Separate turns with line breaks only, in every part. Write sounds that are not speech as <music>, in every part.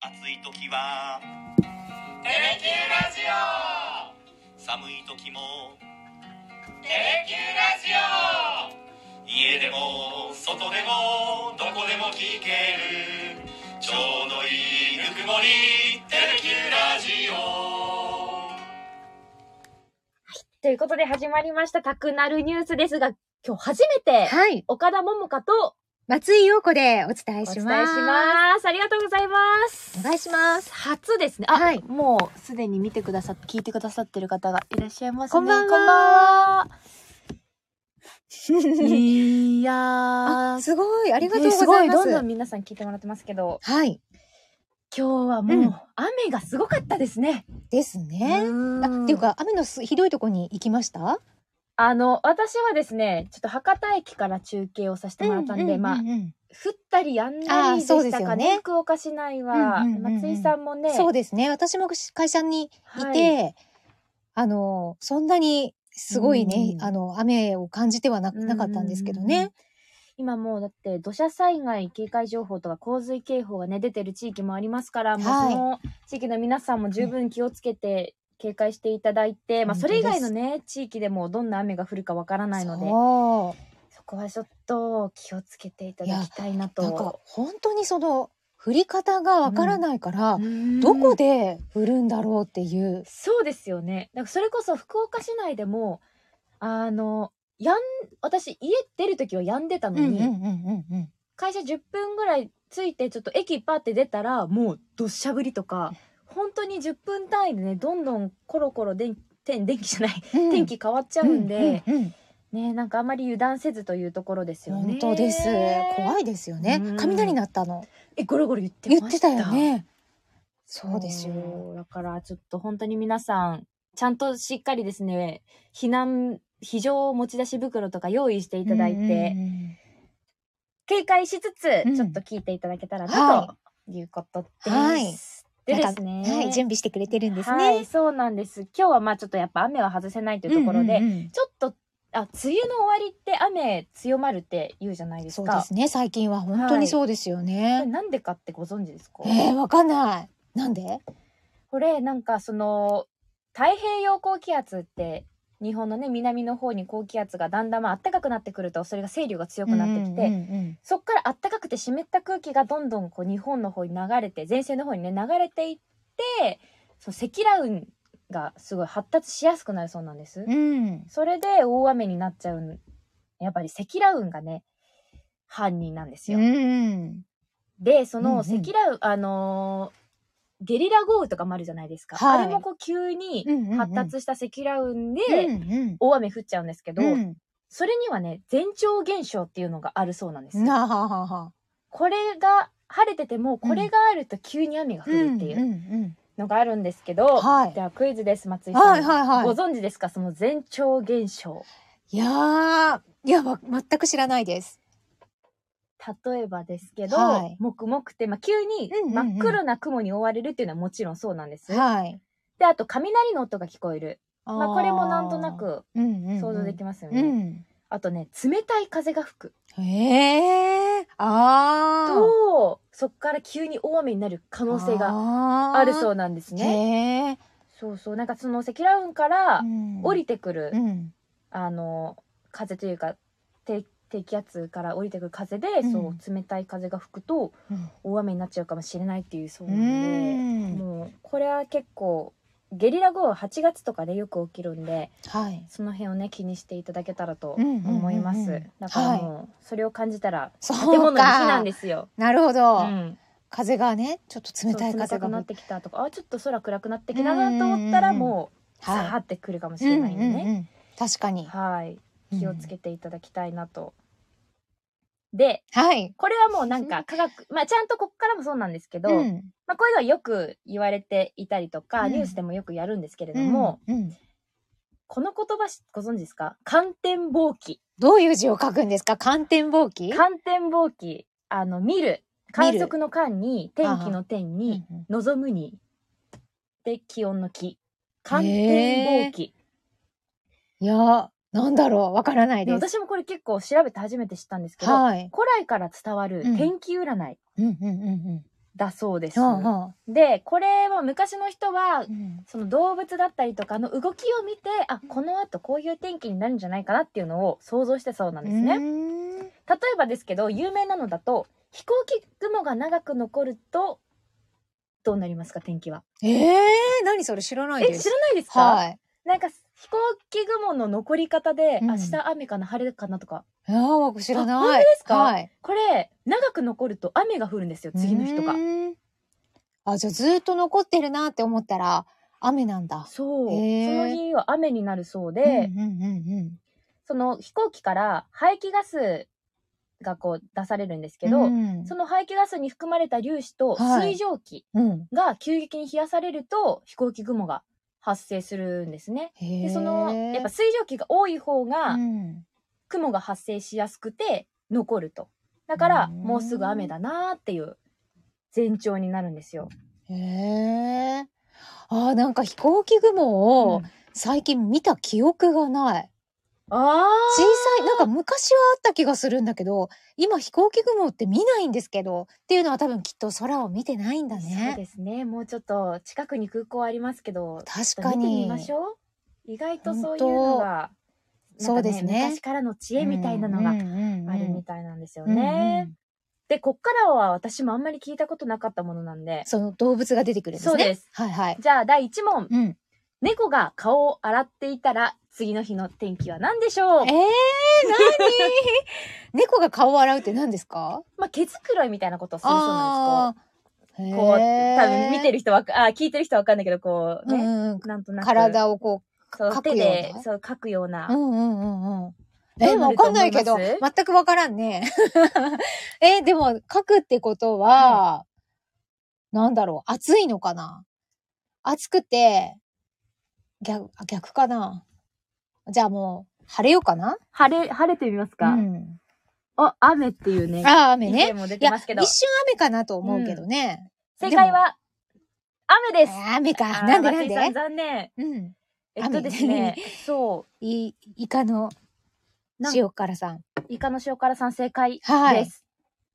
暑い時は
テレキューラジオ
寒い時も
テレキューラジオ
家でも外でもどこでも聞けるちょうどいいぬくもりテレキューラジオ
ということで始まりました、タクナルニュースですが、今日初めて、
はい。
岡田桃香と
松井陽子でお伝
お
え
伝え
し
し
ます。
ます。ありがとうございます。
お願いします。
初ですね。あ、
はい
もうすでに見てくださって、聞いてくださってる方がいらっしゃいますね。
こんばんは
こんばんは。 <laughs> いや
あ
ー。
すごい。あ
あ
りがとうございます
ごい、ど。んどん皆さん聞いてもらってますけど、
はい。
今日はもう、
うん
雨がすごかったですね。
ですね。あっていう、か、雨のすひどいとこに行きました
あの、私はですね、ちょっと博多駅から中継をさせてもらったんで、まあ、降ったりやんだりで
あーそう
し
で
た
す
か
よ
ね
ね
福岡市内は、
うんうんうんうん
松井さんもね
そうですね。私も会社にい
はい
て、あの、そんなにすごいね
う、ん
あの、雨を感じてはななかったんですけど
うんうんうん
ね。
今もうだって土砂災害警戒情報とか洪水警報がね出てる地域もありますから、も
は
う
い
その地域の皆さんも十分気をつけて警戒していただいて、まあ、
本
そ
当
れ
で
以
す
外のね地域でもどんな雨が降るかわからないので
そう。
そこはちょっと気をつけていただきたいなと。
なんか、本当にその、降り方がわからないから、
うん
どこで降るんだろうっていう。
そうですよね。だからそれこそ福岡市内でも、あの、やん、私家出るときはやんでたのに、
うんうん。
会社10分ぐらい着いてちょっと駅パーって出たら、もうどっしゃ降りとか、本当に10分単位でね、どんどんコロコロ電天電気じゃない、天気変わっちゃうんで、
うんうんうん
ね、なんかあまり油断せずというところですよね。
本当です怖いですよね
うん
雷鳴ったの
え、ゴロゴロ言ってまし
言
た
ってたよ。ねそうですよ
そう。だからちょっと本当に皆さん、ちゃんとしっかりですね、避難、非常持ち出し袋とか用意していただいて、
うんうん
警戒しつつ、
うん
ちょっと聞いていただけたらな、ということです。
はい
で
なん
で
か
すね。
はい準備してくれてるんです
は
ね
い、そうなんです。今日はまあちょっとやっぱ雨は外せないと
と
いうところで、ちょっと、あ、梅雨の終わりって雨強まるって言うじゃないです
そう
か。
ですね最近は本当にそうですよ
これ
ね
なんでかってご存知ですか
えーわかんないなんで
これなんかその太平洋高気圧って日本のね南の方に高気圧がだんだんまあ暖かくなってくるとそれが勢力が強くなってきて、
うんうんうん
そっから暖かくて湿った空気がどんどんこう日本の方に流れて前線の方にね流れていってその積乱雲がすごい発達しやすくなるそうなんです。
うん
それで大雨になっちゃうやっぱり積乱雲がね犯人なんですよ。
うん
でそ
うんう
の
ん
積乱雲、あのーゲリラ豪雨とかもあるじゃないですか、
はい
あれもこう急に
うんうんうん
発達した積乱雲
う
で
ん
大雨降っちゃうんですけど、
うんうん
それにはね前兆現象っていうのがあるそうなんですよ
なははは
これが晴れててもこれがあると急に雨が降るってい
ん
う
うん
のがあるんですけど、
うんはい
ではクイズです松井さん、
はいはいはい
ご存知ですかその前兆現象
いやーいやわ全く知らないです
例えばですけど、
はい
もくもくって、まあ、急に
うんうんうん
真っ黒な雲に覆われるっていうのはもちろんそうなんです、
はい
であと雷の音が聞こえるまあ、これもなんとなく想
想
像でき
ま
ますよ
う
ね、
ん
あとね冷たい風が吹く
へえあー
とそこから急に大雨になる可能性が
が
あるそううなんですね
ね。へえ。
そうそうなんかその積乱雲から降りてくる、
うん
あの風というか低低気圧から降りてくる風で、
うん
そう冷たい風が吹くと
うん
大雨になっちゃうかもしれないっていうそう
う
なので
ん
もうこれは結構ゲリラ豪雨8月とかでよく起きるんで
はい
その辺をね気にしていただけたらと
うんうんうんうん
思います、だからもう、それを感じたら
そう
建物に避難
か
ですよ、
なるほ
う
ど
ん、
風がねちょっと冷たい風
そう冷たくな
が
ってきたとかあちょっと空暗くなってきたなと思ったら
うんうんうん
もうさー
は
ってくるかも
い
しれないんでね、
うんうんうん確かに
はい気をつけていただきたいなと、で
はい
これはもうなんか科学まあちゃんとここからもそうなんですけど、
うん
まあ、こういうのはよく言われていたりとか、
うん
ニュースでもよくやるんですけれども、
うんうん
この言葉しご存知ですか寒天暴起
どういう字を書くんですか寒天暴起
観天望気あの見る観測の観に天気の天に
うんうん
望むにで気温の気観天望気、
いやなんだろうわからない
で
です
私もこれ結構調べて初めて知ったんですけど、
はい
古来から伝わる天気占い、
うんうんうんうん
だそうです。
はあは
でこれは昔の人は
あうん
その動物だったりとかの動きを見てあこのあとこういう天気になるんじゃないかなっていうのを想像してそうなんですね。
うーん
例えばですけど有名なのだと飛行機雲が長く残るとどうなりますか天気は。
ええ何それ知らない
え
です。
知らないですか、
はい。
なんか飛行機雲の残り方で、
うん
明日雨かな晴れかなとか
ああ、僕知らない。
あ本当ですか
はい。
これ長く残ると雨が降るんですよ次の日とか
う。ーん。あ、じゃあずっと残ってるなって思ったら、雨なんだ。
そう、
へー
その日は雨になるそうで、
うんうんうん
その飛行機から排気ガスがこう出されるんですけど、
うん、
その排気ガスに含まれた粒子と
はい
水蒸気
うん、
が急激に冷やされると飛行機雲が発生するんですね。
で
でそのやっぱ水蒸気が多い方が
うん、
雲が発生しやすくて残ると。だから
うん
もうすぐ雨だなーっていう前兆になるんですよ。
へえ。あーなんか飛行機雲を
うん
最近見た記憶がない。
あ
小さいなんか昔はあった気がするんだけど、今飛行機雲って見ないんですけど、っていうのは多分きっと空を見てないんだ
あ、そう
ね。
ですね。もうちょっと近くに空港ありますけど、
確
ちょっ
か
と見てみ
に。
ましょう。意外とそういうのが、
当
なんか
そうですね
昔からの知恵みたいなのが
うんうんうん
あるみたいなんですよ
うんうん
ね。で、こっからは私もあんまり聞いたことなかったものなんで。
その動物が出てくるんですね。
そうです。
はいはい。
じゃあ第1問。
うん。
猫が顔を洗っていたら次の日の天気は何でしょう
えー、なに <laughs> 猫が顔を洗うって何ですか
まあ、毛づくろいみたいなことをするそうなん
あー
です。こう、こう、多分見て
る、
る人わか、あ、聞いてる人わかんないけど、こう、
う
ね、
んうん、
なんとなく。
体をこ
そう
描く
手
ような
で、そう、書くような。
う。うんうんうんうん。
ど
え、
うな
わ
ると
か
思
んないけど、
います
全くわからんね。 <laughs> え、でも、書くってことは、なんだろう、暑いのかな暑くて、逆、あ逆かなじゃあもう、晴れようかな
晴れ、晴れてみますか、
うん。
お、雨っていうね。
ああ、雨
意。
ね
見も出
い
て
や、
ます
一
け
瞬
ど。
雨かなと思うけどね。
正解は、雨です。
雨か。
あー
なんでなん
松井さ
で
残念。
うん。
えっとですね、そ
い、イカの
なん
塩辛さん。
う、イカの塩辛さん正解です。
はい。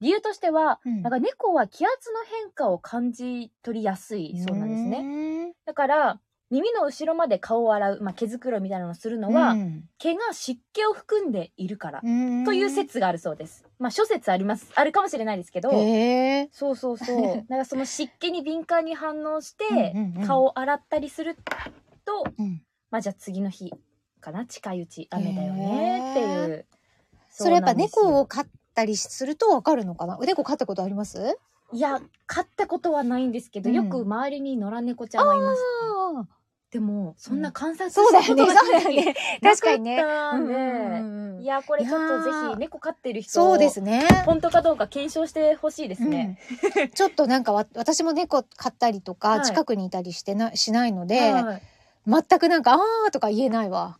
理由としては、
うん
なんか猫は気圧の変化を感じ取りやすいそうなんですね。
ね。
だから、耳の後ろまで顔を洗う、まあ、毛づくろいみたいなのをするのは、
うん
毛が湿気を含んでいるから、
うん
という説があるそうです。まあ、諸説あります、あるかもしれないですけど、
へえ
そうそう
<laughs>
そう。なんかその湿気に敏感に反応して、
うんうんうん
顔を洗ったりすると、
うん
まあじゃあ次の日かな近いうち雨だよねっていう。
それやっぱ
そう
猫
なん
を飼ったりするとわかるのかな猫飼ったことあります
ですよいや飼ったことはないんですけど、
うん
よく周りに野良猫ちゃんはいます。でもそんな観察
そうだ
した
よ
こと
ね、
がな <laughs>
そうだよね。確かに
い
ね。
な
うんうん
ん
うんう
で、い
ん
やこれちょっと
いや
ぜ
ー
ひ猫飼ってる人
そうですね。
本当かどうか検証してほしいですね。
うんちょっとなんかわ私も猫飼ったりと
はい
か近くにいたりしてなしないので、
はい
全くなんか「あー」とか言えないわ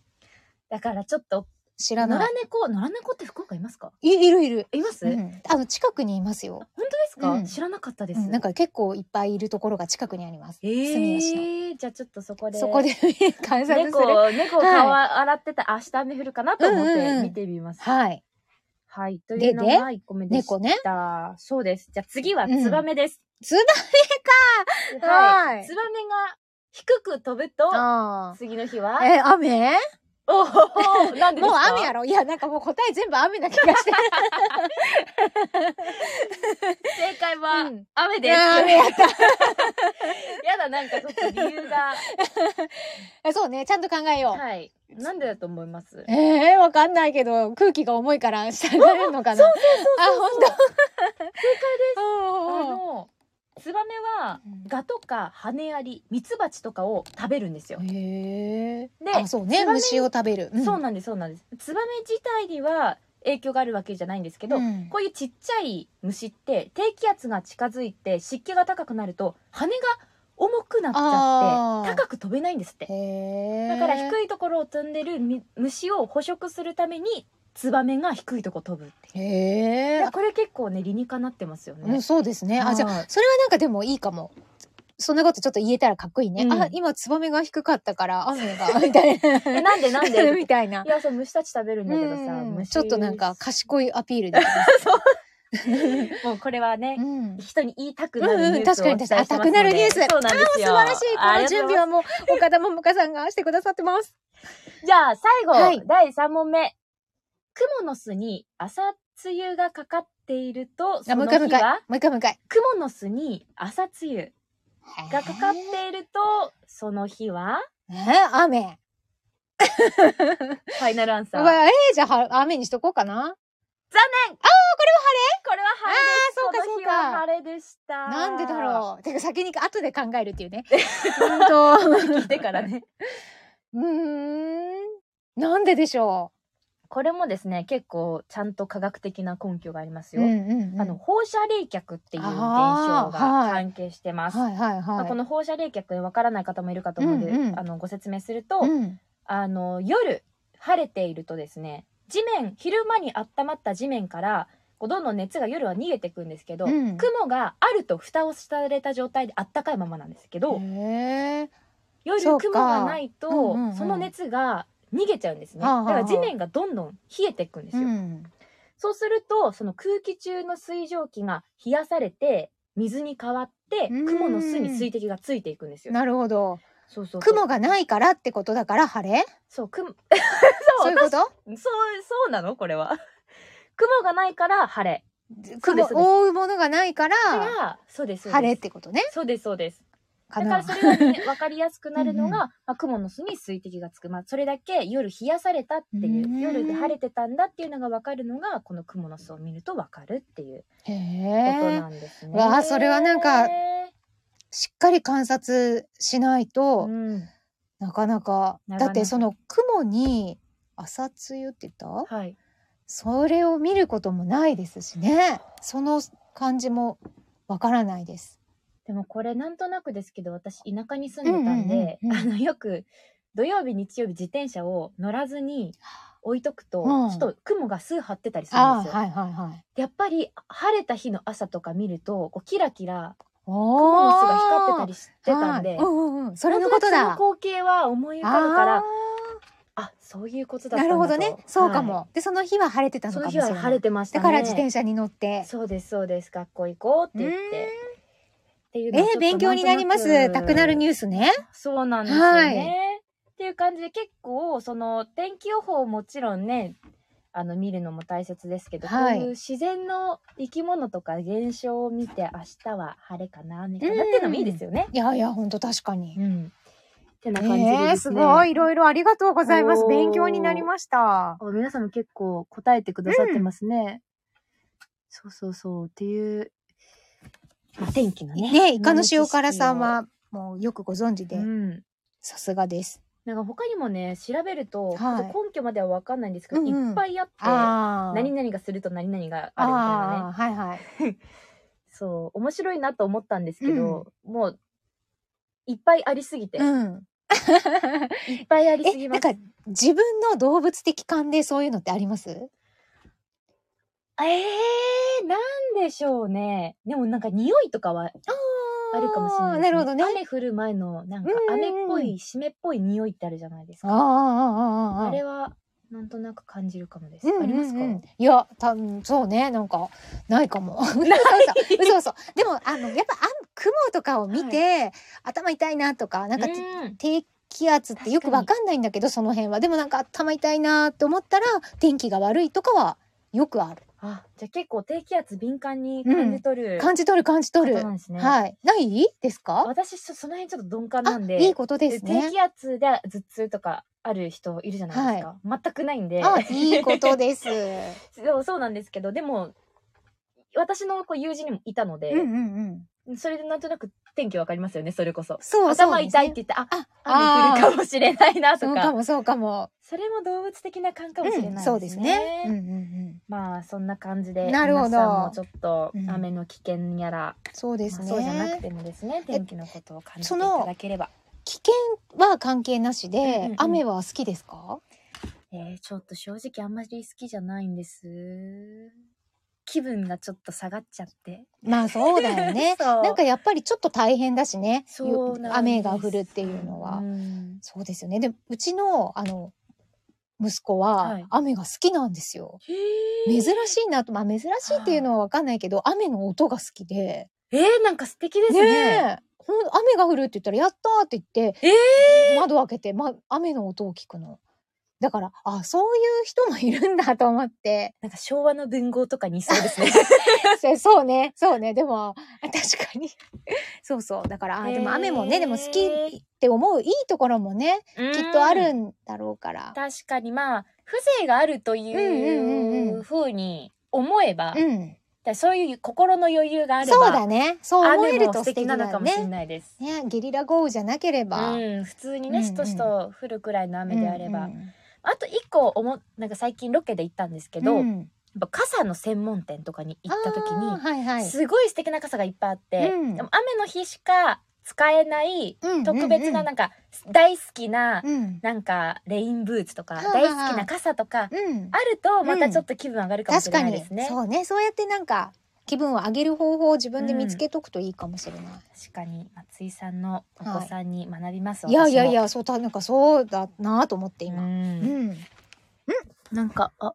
だからちょっと
知
野
ら
良
ない
猫野良猫って福岡いますか？
いいるいる、
います？
う
本
んあの近くにいますよ、
当ですか、
うん
知らなかったで
う
す。
んなんか結構いっぱいいるところが近くにあります、
え
住吉の
ー、じゃあちょっとそこで
そこで <laughs> 観察する
猫を猫を顔洗ってた、明日雨降るかなと思っ
うんうんう
て
ん
見てみます。
はい
はい。と
で
いうのが1個目でした。
猫ね
そうです。じゃあ次はツバメです。
ツバメか
はい
はい
ツバメが低く飛ぶと、
あ
次の日
ー
は、
え雨
おお、
<laughs>
なんでですか
もう雨やろいやなんかもう答え全部雨な気がして
正解は、
うん
雨 <laughs> です。
あー雨やっ
やだ、なんかちょっと理由
<laughs>
が。
た <laughs> そうねちゃんと考えよう、
はい。なんでだと思います
ええわかんないけど、空気が重いから下がるのかな。そうそうそう
あ
あ、本
の、ツバメは、
当。
ガとか羽アリ、ミツバチとかを食べるんですよ。
正解です。へえ。
で
あ、そうね。
ツバメ
虫を食べる。
そう
な
なんですそうなんですツバメ自体には影響があるわけじゃないんですけど、
うん
こういうちっちゃい虫って低気圧が近づいて湿気が高くなると羽が重くなっちゃっ
あー
て高く飛べないんですって
へえ。
だから
い。
低いところを飛んでるみ虫を捕食するためにツバメが低いとこ飛ぶっていう
へ
い
え
や。これ結構ね理にかなってますよ
う
ね
ん、そうですね。
は
あ、
い
じゃあ、それはなんかでもいいかも。そんなことちょっと言えたらかっこいいね。
うん
あ、今、ツバメが低かったから、雨が、みたい
えな
な。
んで <laughs> なんで。
<laughs> みたいない
やそう虫たち食べるんだけどさ
うん
虫 <laughs>
ちょっとなんか賢いアピールできます。
もうこれはね
う、ん。
人に言いたくなるニュースを
うん
お
うん確かに
伝えしてますので
あたくなるニュース
そうなんですよ
素晴らしい。こ
ありが
の
とうござ
準備
い
はもう、岡田桃香さんがしてくださってます。
ますじゃあ最後、
はい
第3問目クモの巣に朝露がかかっているとそ
あも
の
う一回
日
もう
は
一回。もう一回もう一回。
クモの巣に朝露がかかっているとその日は
えー、
<laughs>
雨。
ファイナルアンサー
う
残念
わえー、じゃあは雨にしとこうかな。
これは晴れです
あーそうか
この日
そう
は
か
晴れでした
なんでだろう。てか先に後で考えるっていうね。
<laughs>
本
聞いてからね
当。うーん。なんででしょ
これもですね結構ちゃんと科学的な根拠があります
う。
よ、
ん
あの放射冷却っていう現象が
あーはい
関係してます、
はいはい
まあ、
はい。
この放射冷却わからない方もいるかと思うので、
うんうん
あのご説明すると、
うん。
あの夜晴れているとですね地面昼間に温まった地面からこうどんどん熱が夜は逃げていくんですけど、
うん
雲があると蓋をされた状態であったかいままなんですけど、
へえ。
夜
そう
雲
か
がないと、
うんうんうん
その熱が逃げちゃうんですね、
はあはあはあ
だから地面がどんどん冷えていくんです
う
よ、
ん。
そうするとその空気中の水蒸気が冷やされて水に変わって
うん
雲の巣に水滴がついていくんですよ。
なるほど。
そうそうそう
雲がないからってことだから晴れ。
そう雲
そ
そうう
いうこと。
そうそうなのこれは <laughs> 雲がないから晴れそうです
雲覆うものがないから
だからそうですそうです
晴れってことね。
そうですそうです
か
だから
な
そ。れが、ね、
<laughs>
分かりやすくなるのが
うん
まあ、雲の巣に水滴がつく、まあ、それだけ夜冷やされたっていう
うん
夜で晴れてたんだっていうのが分かるのがこの雲の巣を見ると分かるっていう
へ
こと
え
な。んですね。
わあそれはなんかしっかり観察しないと。
うん
なかなか。
なかなか
だってその雲に朝露って言った
はい
それを見ることもないですしね。その感じもわからないです。
でもこれなんとなくですけど私田舎に住んでたんで、
うんうんうんうん
あのよく土曜日日曜日自転車を乗らずに置いとくと、
うん
ちょっと雲が巣張ってたりするん
あ
ですよ。
はいはいはい。
でやっぱり晴れた日の朝とか見るとこうキラキラ
お
雲の巣が光ってたりしてたんで、
はいうんうんうん、それのこ
な
とだ。
んとなくその光景は思い浮かぶから
あ
あそういうこと
ー
だった
な
ん
る
だ
ほ
と
どね。そうかも、
は
で、その日は晴れてた
い
の
そ
か
の
も
日
しれな。
はい晴れてました
だ
ね
から自転車に乗って。
そうですそうです学校行こうって言ってっていうの
え
はちょっ
ー、
と
勉強になりま
ん
す。
と
た
く
くなるニュースね。
そうなんですよね。っていう感じで結構その天気予報もちろんねあの見るのも大切ですけど、
はい
こういう自然の生き物とか現象を見て明日は晴れかな雨かなっていうのもいいですよね。
いやいや、本当確かに。
うん。ってな
え
感じで
ー
ですすね。
ごい、いろいろありがとうございます。
おー
勉強になりました。
あ皆さんも結構答えてくださってますね。そうそうそうっていう、まあ天気のね。
ね、イカの塩辛さんは、もうよくご存知
う
で、
ん。
さすがです。
なんか他にもね調べると、
はい
ちょっと根拠までは分かんないんですけど、
うんうん
いっぱいあって。
ああ。
何々がすると何々があるみたいな
あ
ね
あ、はいはい。
そう面白いなと思ったんですけど、もういっぱいありすぎて、
うん。
いっぱいありす
え、
ぎ
な
ま
ん
す
か自分の動物的感でそういうのってあります
えー、なんでしょうねでもなんか匂いとかはあるかもしれない
な
ですね、
るほどね。あ
雨降る前のなんか
うんうん
雨っ
うん
ぽい湿っぽい匂いってあるじゃないです
あ、
か
ああ、ああ。
あれはなんとなく感じるかもです、
うんうんうん
ありますか、
いや、たそうね、なんか、ないかも。嘘嘘 <laughs> 嘘嘘でも、あの、やっぱ、あん雲とかを見て、頭痛いなとか、なんか、
うん
低気圧ってよくわかんないんだけど、その辺は。でもなんか、頭痛いなと思ったら、天気が悪いとかは、よくある。
あじゃあ結構低気圧敏感に感じ取る、
感じ取る、感じ取る。
方なんですね
はい。ないですか
私そその辺ちょっと鈍感な
あ
ん、で
いいことです
低
ね。
気圧で頭痛とかある人いるじゃないですか、全くないんで
あ、いいこ
<laughs>
とです。
そうそうなんですけどでも私のこう友人にもいたの
うんう
で、
んうん。
それでなんとなく天気わかりますよねそれこそ
そうそうですね、
頭痛いって言ってあ
あ、
雨降るかもしれないな
そ
と
う
か
か
そ
もそうかも。
れも動物的な感かもしれないですね,、
うん、そうですね。うんうんうん。
まあそんな感じで
なるほど
皆さんもちょっと
うん
雨の危険やら、
そうです
まあ
ね。
そうじゃなくてもですね天気のことを感じていただければ、
危険は関係なしで、
うんうんうん
雨は好きですか？
えーちょっと正直あんまり好きじゃないんです気分がちょっと下がっちゃって。
まあそうだよ
<laughs>
ね
そう
なんかやっぱりちょっと大変だしね。
そうなんです
雨が降るっていうのは、
うん
そうですよね。でうちのあの息子
は
はい雨が好きなんですよ。珍しいなと、まあ珍しいっていうのはわかんないけど、雨の音が好きで。
えー、なんか素敵です
ね
ね。
え。ほん雨が降るって言ったら、やったーって言って、
え
窓開けて、ま、雨の音を聞くの。だから、あ、そういう人もいるんだと思って。
なんか昭和の文豪とかにいそう <laughs> ですね。
<laughs> そうそうね、そうね、でも、あ確かに。 <laughs> そうそう、だから、あでも雨も
へー
ね、でも好きって思ういいところもね、きっとあるんだろうから。
確かにまあ風情があると
うんうんうん
いううんふうに思えば、
う
だか
ん、
らそういう心の余裕があれば
そうだね、そう思え
雨
る
も
と
素
素敵
敵
だ
なのかもしれ
ね。
ないです。
ね、ゲリラ豪雨じゃなければ。
うん、普通に
う
ね
んうん
しとしと降るくらいの雨であれば、
うん
あと一個思っなんか最近ロケで行ったんですけ
うん
ど、
う
やっ
ん
ぱ傘の専門店とかに行った時
あー
に、
はいはい、
すごい素敵な傘がいっぱいあって、
うん
でも雨の日しか使えない特別な
な、
なんか大好きな、
うん
なんかレインブーツとか
はあはあ
大好きな傘とか
うん、
あるとまたちょっと気分上がるかもし
確
れ
か
ない
に
ですね。
そうね、そうやってなんか気分を上げる方法を自分で見つけとくといいかもしれない。
確かに松井さんのお子さんに学びます。
いやいやい
私も
や、そうだ、なんかそうだなと思って今。
うん
うん。
なんかあ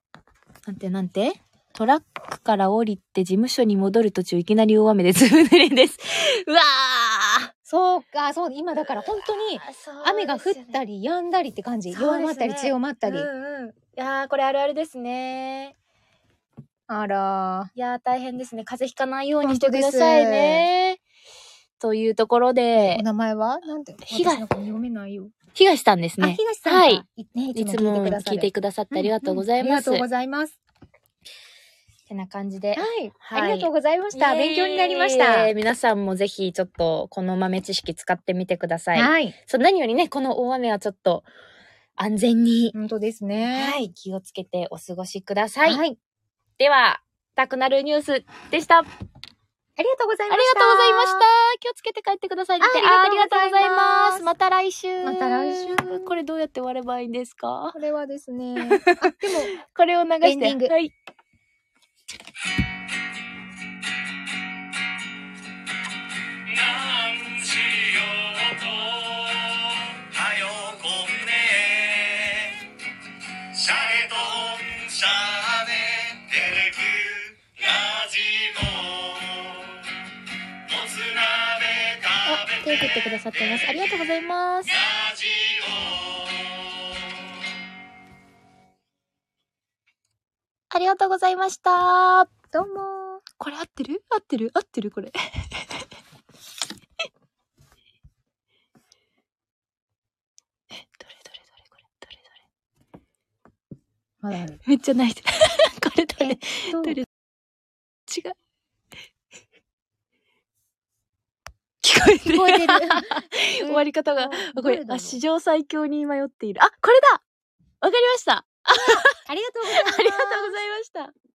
なんてなんてトラックから降りて事務所に戻る途中いきなり大雨でずぶ濡れです。 <laughs> うわー
そうか、そう、今だから本当に雨が降ったり止んだりって感じ。
そうです
弱
ね
まったり強まったり。
うんうん。いやーこれあるあるですね。
あら
いやー大変ですね。風邪ひかないように
本
して
当
く
です
ださいね。というところ
ー。お
で、
名前はなんて、私
東
なんか読めないよ。
東さんです
あ、
ね。
東さんか。
はい。
ね、い
い
つ
つ
も聞
も
いてくださ
聞
る。
いてくださってありがとうございます。
うんうんありがとうございます。
てな感じで。
はい。
はい
ありがとうございました。
イエーイ
勉強になりました。
皆さんもぜひちょっとこの豆知識使ってみてください。
はい。
そう何よりね、この大雨はちょっと安全に、
本当ですね。
はい、気をつけてお過ごしください。
はい。
では、たくなるニュースでした。ありがとう
ありがとうござい
ご
ま
ざい
した。
ました。気をつけて帰ってくださいね。
あありがとうございます
あありがとうございままた来週。
また来週
これどうやって終わればいいんですか
これはです <laughs> ね。あ、でも、
これを流
エ
し
ン
て。
ディング
はい。
何しようとはよこんねシャレとンシャレテレキューラジオもつ
あ、
鍋食べ
手を振ってくださってます。ありがとうございます。
ラジオ
ありがとうございました。
どうも。
これ合ってる合ってる合ってるこれ。 <laughs> え、どれどれどれこれどれど
まだある。
れめっちゃ泣いてる。 <laughs> これどれ <laughs>
どう
どれ違う。聞こえてる。。
聞こえて
<laughs>
る
終わり方が。あこ
どれ
れ
だ、ろう
あ、 <laughs> 史上最強に迷っている。あ、これだわかりました。あ
ありがとうございます。
りがとうございました。